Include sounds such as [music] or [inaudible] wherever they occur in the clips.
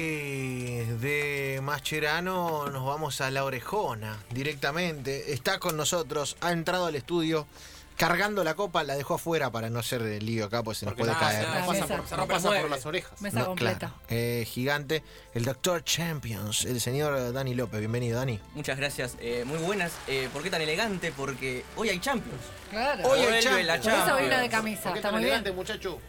Y de Mascherano nos vamos a La Orejona directamente. Está con nosotros, ha entrado al estudio cargando la copa, la dejó afuera para no hacer el lío acá, pues se nos Porque puede no, caer. Ah, no pasa, Mesa. por, no pasa por las orejas. Mesa No, completa. claro. Eh, gigante, el doctor Champions, el señor Dani López. Bienvenido, Dani. Muchas gracias, eh, muy buenas. Eh, ¿Por qué tan elegante? Porque hoy hay Champions. Claro. Hoy hay Vuelve Champions. la Por Por eso vino de Champions. camisa, ¿Por qué está tan muy bien. elegante, muchacho?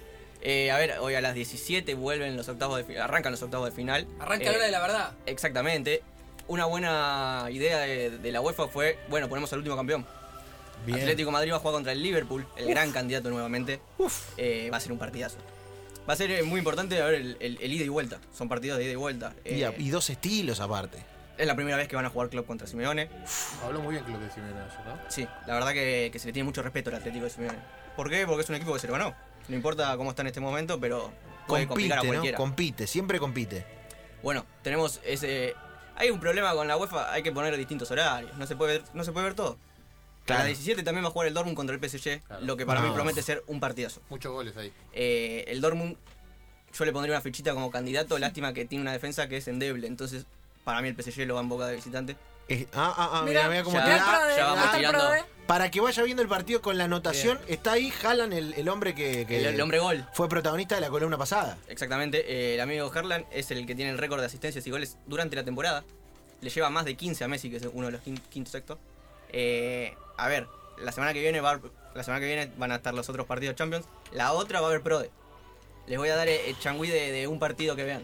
Eh, a ver, hoy a las 17 vuelven los octavos de fi- arrancan los octavos de final. Arranca Eh, la hora de la verdad. Exactamente. Una buena idea de, de la UEFA fue, bueno, ponemos al último campeón. Atlético Madrid va a jugar contra el Liverpool, el gran candidato nuevamente. Eh, va a ser un partidazo. Va a ser eh, muy importante a ver el, el- el ida y vuelta. Son partidos de ida y vuelta. Eh, Y, a- y dos estilos aparte. Es la primera vez que van a jugar club contra Simeone. Habló muy bien que lo que Simeone ayer, ¿no? Sí, la verdad que, que se le tiene mucho respeto al Atlético de Simeone. ¿Por qué? Porque es un equipo que se lo ganó. No importa cómo está en este momento, pero puede complicar a Compite, ¿no? cualquiera. Compite, siempre compite. Bueno, tenemos ese. Hay un problema con la UEFA, hay que poner distintos horarios. No se puede ver, no se puede ver todo. Claro. A las 17 también va a jugar el Dortmund contra el PSG, Claro. lo que para No. mí promete ser un partidazo. Muchos goles ahí. Eh, el Dortmund, yo le pondría una fichita como candidato, lástima que tiene una defensa que es endeble. Entonces, para mí el PSG lo va en boca de visitante. Es- ah, ah, ah, mira, mira cómo ya- te da. ya vamos está el tirando. prode. Para que vaya viendo el partido con la anotación, está ahí, jalan el, el hombre que, que El, el hombre gol. fue protagonista de la columna pasada. Exactamente, eh, el amigo Harlan es el que tiene el récord de asistencias y goles durante la temporada. Le lleva más de 15 a Messi, que es uno de los quin- quinto sexto. Eh, a ver, la semana que viene va- la semana que viene van a estar los otros partidos Champions. La otra va a haber Prode. Les voy a dar el changüí de, de un partido que vean.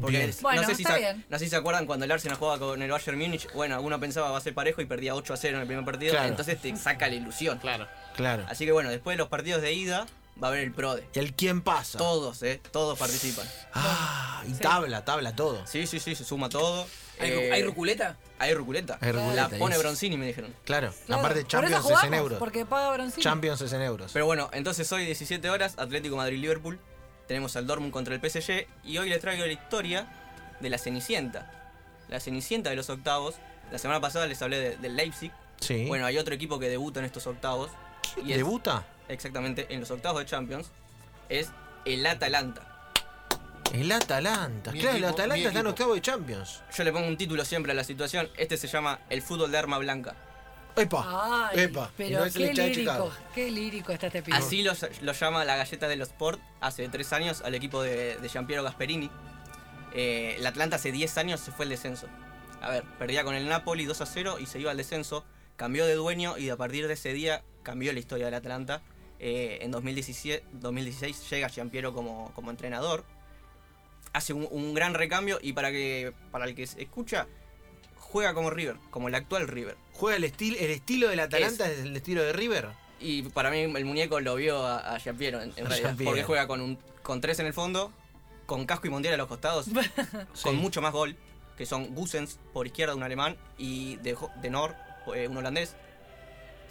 Porque Bien. es- Bueno, no, sé si está se, bien. no sé si se acuerdan cuando el Arsenal jugaba con el Bayern Múnich. Bueno, alguno pensaba va a ser parejo y perdía 8 a 0 en el primer partido. Claro. Entonces te saca la ilusión. Claro. Claro. Así que bueno, después de los partidos de ida va a haber el Prode. El quién pasa. Todos, eh, todos participan. Ah, y tabla, tabla todo. Sí, sí, sí, se suma todo. ¿Hay, Eh, ru- hay ruculeta? hay ruculeta. Hay ruculeta, La pone es. Broncini, me dijeron. Claro. Claro. Aparte, Por eso Champions es en jugamos, euros. Porque paga Broncini. Champions es en euros. Pero bueno, entonces hoy 17 horas, Atlético Madrid-Liverpool. Tenemos al Dortmund contra el PSG. Y hoy les traigo la historia de la Cenicienta. La Cenicienta de los octavos. La semana pasada les hablé de- del Leipzig. sí. Bueno, hay otro equipo que debuta en estos octavos. Y es- ¿Debuta? exactamente en los octavos de Champions. Es el Atalanta. El Atalanta. Mi claro, el equipo, mi Atalanta está en equipo. octavo de Champions. Yo le pongo un título siempre a la situación. Este se llama El fútbol de arma blanca. Epa. Ay, Epa. Y pero no es el qué hincha de lírico, Chicago. qué lírico está este pibe. Así lo, lo llama la galleta de los Sport hace tres años al equipo de, de Giampiero Gasperini. Eh, el Atlanta hace 10 años se fue al descenso. A ver, perdía con el Napoli 2 a 0 y se iba al descenso. Cambió de dueño y a partir de ese día cambió la historia del Atlanta. Eh, en 2017, 2016 llega Giampiero como, como entrenador. Hace un, un gran recambio y para, que, para el que se escucha, juega como River, como el actual River. Juega el, estilo el estilo del Atalanta, es el estilo de River. Y para mí el muñeco lo vio a, a Giampiero, en, en A realidad. Giampiero. Porque juega con un con tres en el fondo, con casco y mundial a los [laughs] costados, con mucho más gol, que son Gusens por izquierda un alemán y de, Jo- de Nor eh, un holandés.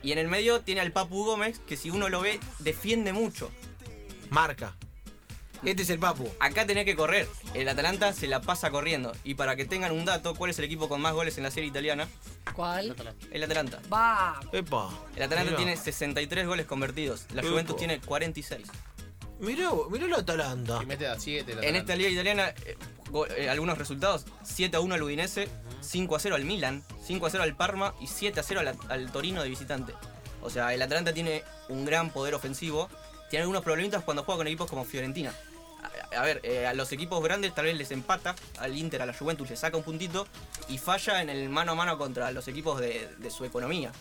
Y en el medio tiene al Papu Gómez, que si uno lo ve, defiende mucho. Marca. Este es el Papu. Acá tenés que correr. El Atalanta se la pasa corriendo. Y para que tengan un dato, ¿cuál es el equipo con más goles en la serie italiana? ¿Cuál? El Atalanta. Va. Epa. El Atalanta Mirá. tiene 63 goles convertidos. La Upa. Juventus tiene 46. Mirá, vos, mirá el Atalanta. Y mete a 7. En esta liga italiana, eh, go- eh, algunos resultados: 7 a 1 al Udinese, 5 a 0 al Milan, 5 a 0 al Parma y 7 a 0 al, al Torino de visitante. O sea, el Atlanta tiene un gran poder ofensivo. Tiene algunos problemitas cuando juega con equipos como Fiorentina. A, a ver, eh, a los equipos grandes tal vez les empata, al Inter, a la Juventus le saca un puntito y falla en el mano a mano contra los equipos de- de su economía.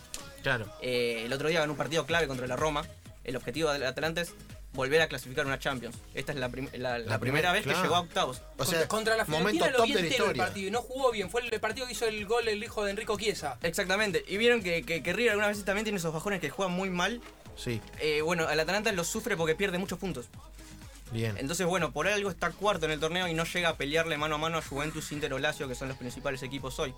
Claro. Eh, el otro día ganó un partido clave contra la Roma. El objetivo del Atalanta es volver a clasificar una Champions. Esta es la, prim- la- la La primera primera, vez claro. que llegó a octavos. O Contra- sea, contra la momento Fiorentina lo top vi de la entero el historia. partido y no jugó bien. Fue el partido que hizo el gol el hijo de Enrico Chiesa. Exactamente. Y vieron que, que, que River algunas veces también tiene esos bajones que juegan muy mal. Sí, Eh, bueno, el Atalanta lo sufre porque pierde muchos puntos. bien. Entonces, bueno, por algo está cuarto en el torneo y no llega a pelearle mano a mano a Juventus, Inter o Lazio, que son los principales equipos hoy.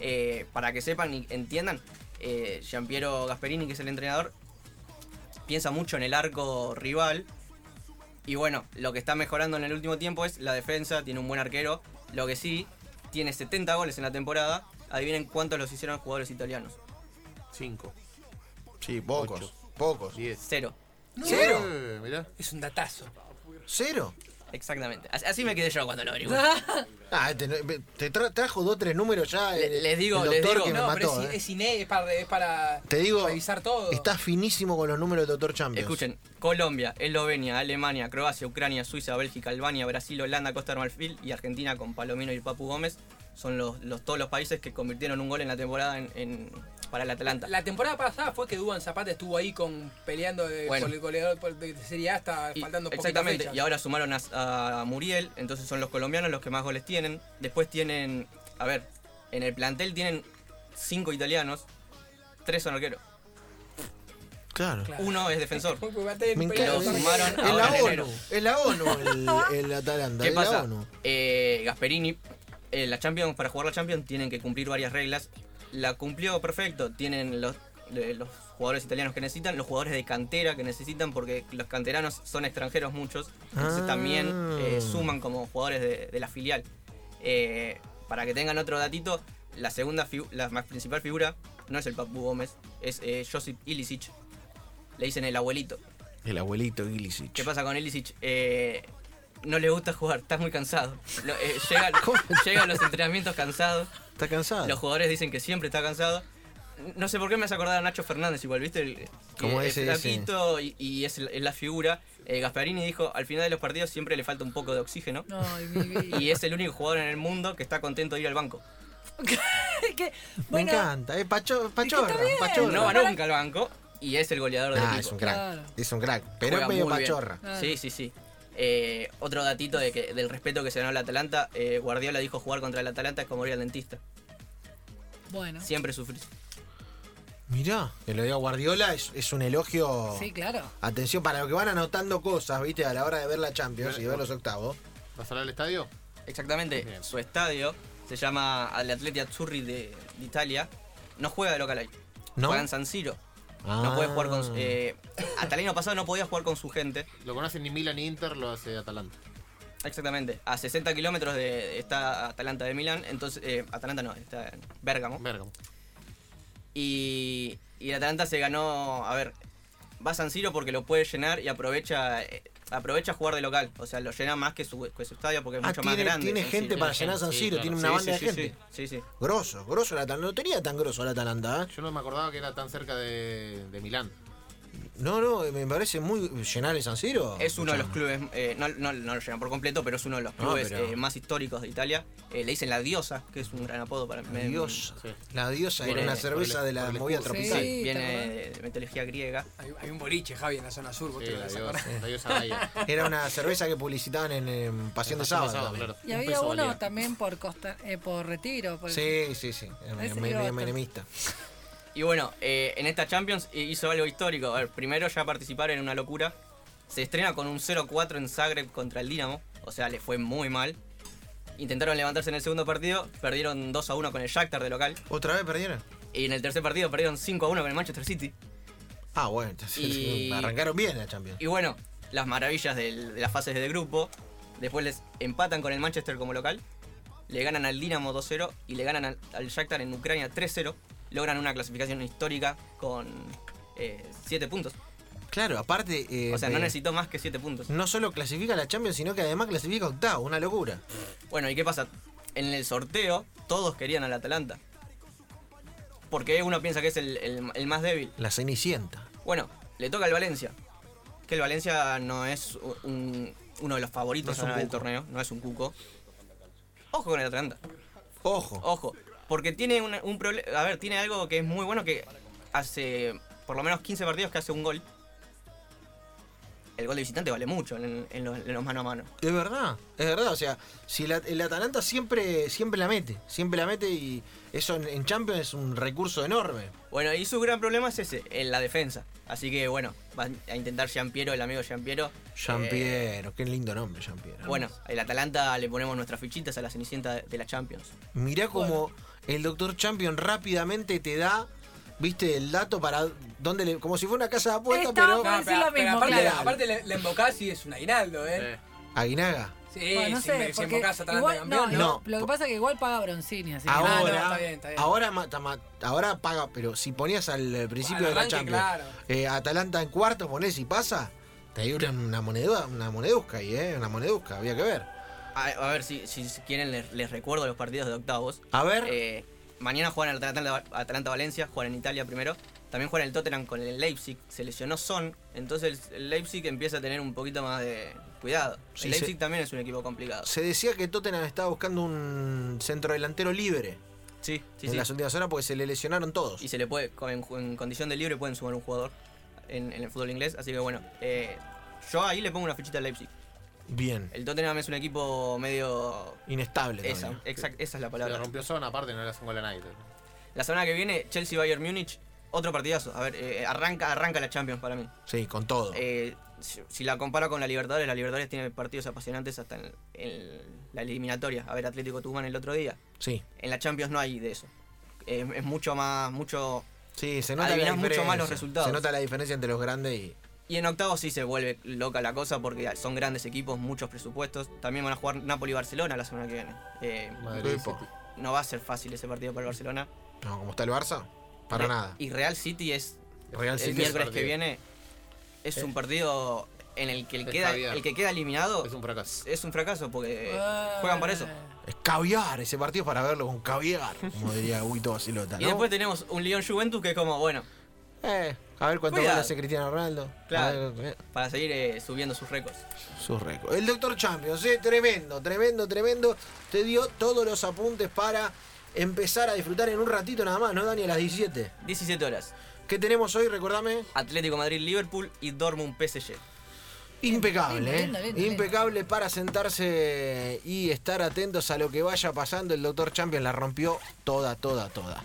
Eh, para que sepan y entiendan, eh, Giampiero Gasperini, que es el entrenador, piensa mucho en el arco rival. Y bueno, lo que está mejorando en el último tiempo es la defensa, tiene un buen arquero. Lo que sí, tiene 70 goles en la temporada. Adivinen cuántos los hicieron jugadores italianos. 5, Sí, pocos. Ocho. Pocos. 10. Cero. ¿Cero? Mirá. Es un datazo. ¿Cero? Exactamente. Así, así me quedé yo cuando lo averigué. Ah, te, te tra- trajo dos tres números ya. Le- el- les digo, el les doctor digo. que me No, mató. pero es, eh. es cine, es para, es para Te digo, revisar todo. Está finísimo con los números de Doctor Champions. Escuchen, Colombia, Eslovenia, Alemania, Croacia, Ucrania, Suiza, Bélgica, Albania, Brasil, Holanda, Costa de Marfil y Argentina con Palomino y el Papu Gómez son los, los- todos los países que convirtieron un gol en la temporada en- en- para el Atalanta. La temporada pasada fue que Duan Zapata estuvo ahí con peleando de, Bueno. por el goleador por- de Serie A hasta Y- faltando poquitas exactamente, fechas. y ahora sumaron a, a Muriel, entonces son los colombianos los que más goles tienen. Después tienen, a ver, en el plantel tienen cinco italianos, tres son arqueros, Claro. Claro. uno es defensor. Porque va a tener Me encanta. peleado Lo sumaron Es ahora en la enero. ONU. Es la ONU el, el Atalanta. ¿Qué es la pasa? ONU. Eh, Gasperini, eh, la Champions, para jugar la Champions tienen que cumplir varias reglas. La cumplió perfecto, tienen los, de- los jugadores italianos que necesitan, los jugadores de cantera que necesitan, porque los canteranos son extranjeros muchos, entonces Ah. también eh, suman como jugadores de, de la filial. Eh, para que tengan otro datito, la segunda figu- la más principal figura no es el Papu Gómez, es eh, Josip Ilicic. Le dicen el abuelito. El abuelito Ilicic. ¿Qué pasa con Ilicic? Eh, no le gusta jugar, está muy cansado. [laughs] Lo- eh, llega, llega a los entrenamientos cansado. ¿Está cansado? Los jugadores dicen que siempre está cansado. No sé por qué me hace acordar a Nacho Fernández igual, ¿viste? El- Como que ese, es flaquito y, y es, la- es la figura. Eh, Gasparini dijo, al final de los partidos siempre le falta un poco de oxígeno. Ay, mi vida. Y es el único jugador en el mundo que está contento de ir al banco. [laughs] Que- Me bueno, encanta. Es pacho, pachorra. bien. pachorra. No va nunca al banco y es el goleador del Ah, es equipo. un crack. Claro. Es un crack. Pero Juega es medio muy bien. pachorra. Claro. Sí, sí, sí. Eh, otro datito de que, del respeto que se ganó el Atalanta, eh, Guardiola dijo jugar contra el Atalanta es como ir al dentista. bueno. Siempre sufrís. Mirá. Que lo diga Guardiola es, es un elogio. Sí, claro. Atención, para los que van anotando cosas, viste, a la hora de ver la Champions y ver los octavos. ¿Vas a hablar del estadio? Exactamente, Bien. su estadio se llama al Atleti Azzurri de, de Italia. No juega de local ahí. ¿No? Juega en San Siro. Ah. No puede jugar con. Eh, hasta el año pasado no podía jugar con su gente. Lo conocen ni Milan ni Inter, lo hace Atalanta. Exactamente. A 60 kilómetros de está Atalanta de Milán. Entonces, eh, Atalanta no, está en Bérgamo. Bérgamo. Y, y el Atalanta se ganó. A ver, va a San Siro porque lo puede llenar y aprovecha eh, aprovecha jugar de local. O sea, lo llena más que su, que su estadio porque es Ah, mucho más tiene, grande. tiene San gente Siro. para tiene llenar gente, San sí, Siro, claro. tiene Sí, una banda sí, sí, de gente. Sí, sí. sí. Grosso, grosso la Atalanta. No tenía tan grosso la Atalanta, ¿eh? Yo no me acordaba que era tan cerca de, de Milán. No, no, me parece muy llenar el San Siro. Es uno de los Ah, Escuchame. clubes, eh, no, no- no lo llenan por completo, pero es uno de los No, clubes pero- eh, más históricos de Italia. Eh, le dicen la diosa, que es un gran apodo para mí. La diosa. Sí. La diosa era Viene una por cerveza el- de la por el movida escudo. tropical. Sí. Viene de, de mitología griega. Hay, hay un boliche, Javi, en la zona sur. vos Sí, te la vas a diosa, acordar. la diosa [laughs] Gaia. Era una cerveza que publicitaban en, em, Pasión de Sábado. también. claro. Y Un había peso uno valía. también por costa, eh, por retiro. Por Sí, sí, sí. Era Ese me- iba me- bastante. menemista. Y bueno, eh, en esta Champions eh, hizo algo histórico. A ver, primero ya participar en una locura. Se estrena con un 0-4 en Zagreb contra el Dinamo. O sea, le fue muy mal. Intentaron levantarse en el segundo partido, perdieron 2-1 con el Shakhtar de local. ¿Otra vez perdieron? Y en el tercer partido perdieron 5-1 con el Manchester City. Ah, bueno, entonces [laughs] Y- arrancaron bien la Champions. Y bueno, las maravillas del- de las fases de grupo. Después les empatan con el Manchester como local. Le ganan al Dinamo 2-0 y le ganan al, al Shakhtar en Ucrania 3-0. Logran una clasificación histórica con 7 puntos. Claro, aparte. eh, O sea, no eh, necesitó más que 7 puntos. no solo clasifica a la Champions, sino que además clasifica a octavo, una locura. Bueno, ¿y qué pasa? En el sorteo todos querían al Atalanta. Porque uno piensa que es el, el- el más débil. La Cenicienta. Bueno, le toca al Valencia. Que el Valencia no es un- uno de los favoritos No es un ahora del cuco. torneo, no es un cuco. Ojo con el Atalanta. Ojo. Ojo, porque tiene un, problema. A ver, tiene algo que es muy bueno que hace por lo menos 15 partidos que hace un gol. El gol de visitante vale mucho en, en los, en los mano a mano. Es verdad, es verdad. O sea, si la- el Atalanta siempre, siempre la mete, siempre la mete y eso en, en Champions es un recurso enorme. Bueno, y su gran problema es ese, en la defensa. Así que bueno, va a intentar Giampiero, el amigo Giampiero. Eh, Champiero, qué lindo nombre, Champiero. bueno, el Atalanta le ponemos nuestras fichitas a la Cenicienta de, de la Champions. Mirá como el doctor Champion rápidamente te da, viste, el dato para dónde le. como si fuera una casa de apuestas, Estaba pero. por- decir lo mismo, aparte, claro. aparte la, la embocás y es un aguinaldo, ¿eh? Eh, Aguinaga. Sí, Bueno, no si, sé, me- si porque embocás a Atalanta igual- campeón. no, No, no. Ah, Lo que pasa es que igual paga Broncini, Ah, así que- Ahora, no, está bien, está bien. ahora mata- ma- ahora paga, pero si ponías al eh, principio Al de la arranque, Champions, claro. eh, Atalanta en cuarto, ponés y pasa, Te digo una, una moneda, una monedusca ahí, ¿eh? Una monedusca, había que ver. A, a ver, si, si quieren les, les recuerdo los partidos de octavos. A ver, Eh, mañana juegan al Atalanta- Atalanta-Valencia, juegan en Italia primero. También juegan el Tottenham con el Leipzig. Se lesionó Son, entonces el Leipzig empieza a tener un poquito más de cuidado. Sí, el Leipzig se- también es un equipo complicado. se decía que Tottenham estaba buscando un centrodelantero libre Sí, sí, en sí. las últimas horas porque se le lesionaron todos. Y se le puede, con- en, en condición de libre pueden sumar un jugador en, en el fútbol inglés. Así que bueno, eh, yo ahí le pongo una fichita al Leipzig. Bien, El Tottenham es un equipo medio... inestable. Esa, también. exact- esa es la Le palabra. rompió zona aparte, no le hacen gol a nadie. La semana que viene, Chelsea-Bayern Múnich, otro partidazo. A ver, eh, arranca, arranca la Champions para mí. Sí, con todo. Eh, si, si la comparo con la Libertadores, la Libertadores tiene partidos apasionantes hasta en, en la eliminatoria. A ver, Atlético Tucumán el otro día. sí, En la Champions no hay de eso. Eh, es mucho más, mucho... sí, se nota la adivinás diferencia. mucho más los resultados. Se nota la diferencia entre los grandes y... Y en octavos sí se vuelve loca la cosa porque son grandes equipos, muchos presupuestos. También van a jugar Napoli-Barcelona la semana que viene. Eh, Madrid. Epo. City. no va a ser fácil ese partido para el Barcelona. No, como está el Barça, para Re- nada. Eh, Y Real City es Real el City es- Eh. miércoles que partido. viene es un partido en el que el, Es queda, caviar. el que queda eliminado Es un fracaso. es un fracaso porque juegan para eso. es caviar, ese partido es para verlo con caviar, como diría Huito Basilota, Y ¿no? después tenemos un Lyon Juventus que es como, bueno, Eh, a ver cuánto Cuidado. goles hace Cristiano Ronaldo. Claro. A ver, eh, para seguir eh, subiendo sus récords. sus récords. El Doctor Champions, eh, tremendo, tremendo, tremendo. Te dio todos los apuntes para empezar a disfrutar en un ratito nada más, ¿no, Dani? A las 17. 17 horas. ¿Qué tenemos hoy? Recordame. Atlético Madrid-Liverpool y Dortmund-PSG. Impecable, Lindo, ¿eh? lindo, lindo, lindo. Impecable para sentarse y estar atentos a lo que vaya pasando. El Doctor Champions la rompió toda, toda, toda.